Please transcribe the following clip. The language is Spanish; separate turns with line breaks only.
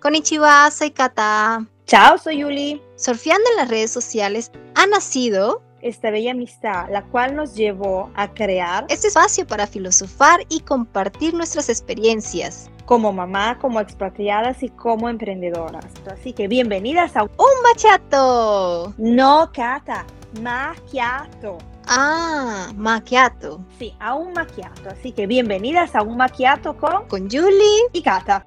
Konnichiwa, soy Kata.
Chao, soy Yuli.
Surfeando en las redes sociales ha nacido
Esta bella amistad, la cual nos llevó a crear
este espacio para filosofar y compartir nuestras experiencias.
como mamá, como expatriadas y como emprendedoras. Así que bienvenidas a
¡Un machato!
No Cata, Macchiato.
Ah, macchiato.
Sí, a un macchiato. Así que bienvenidas a un macchiato con
Con Julie
y Cata.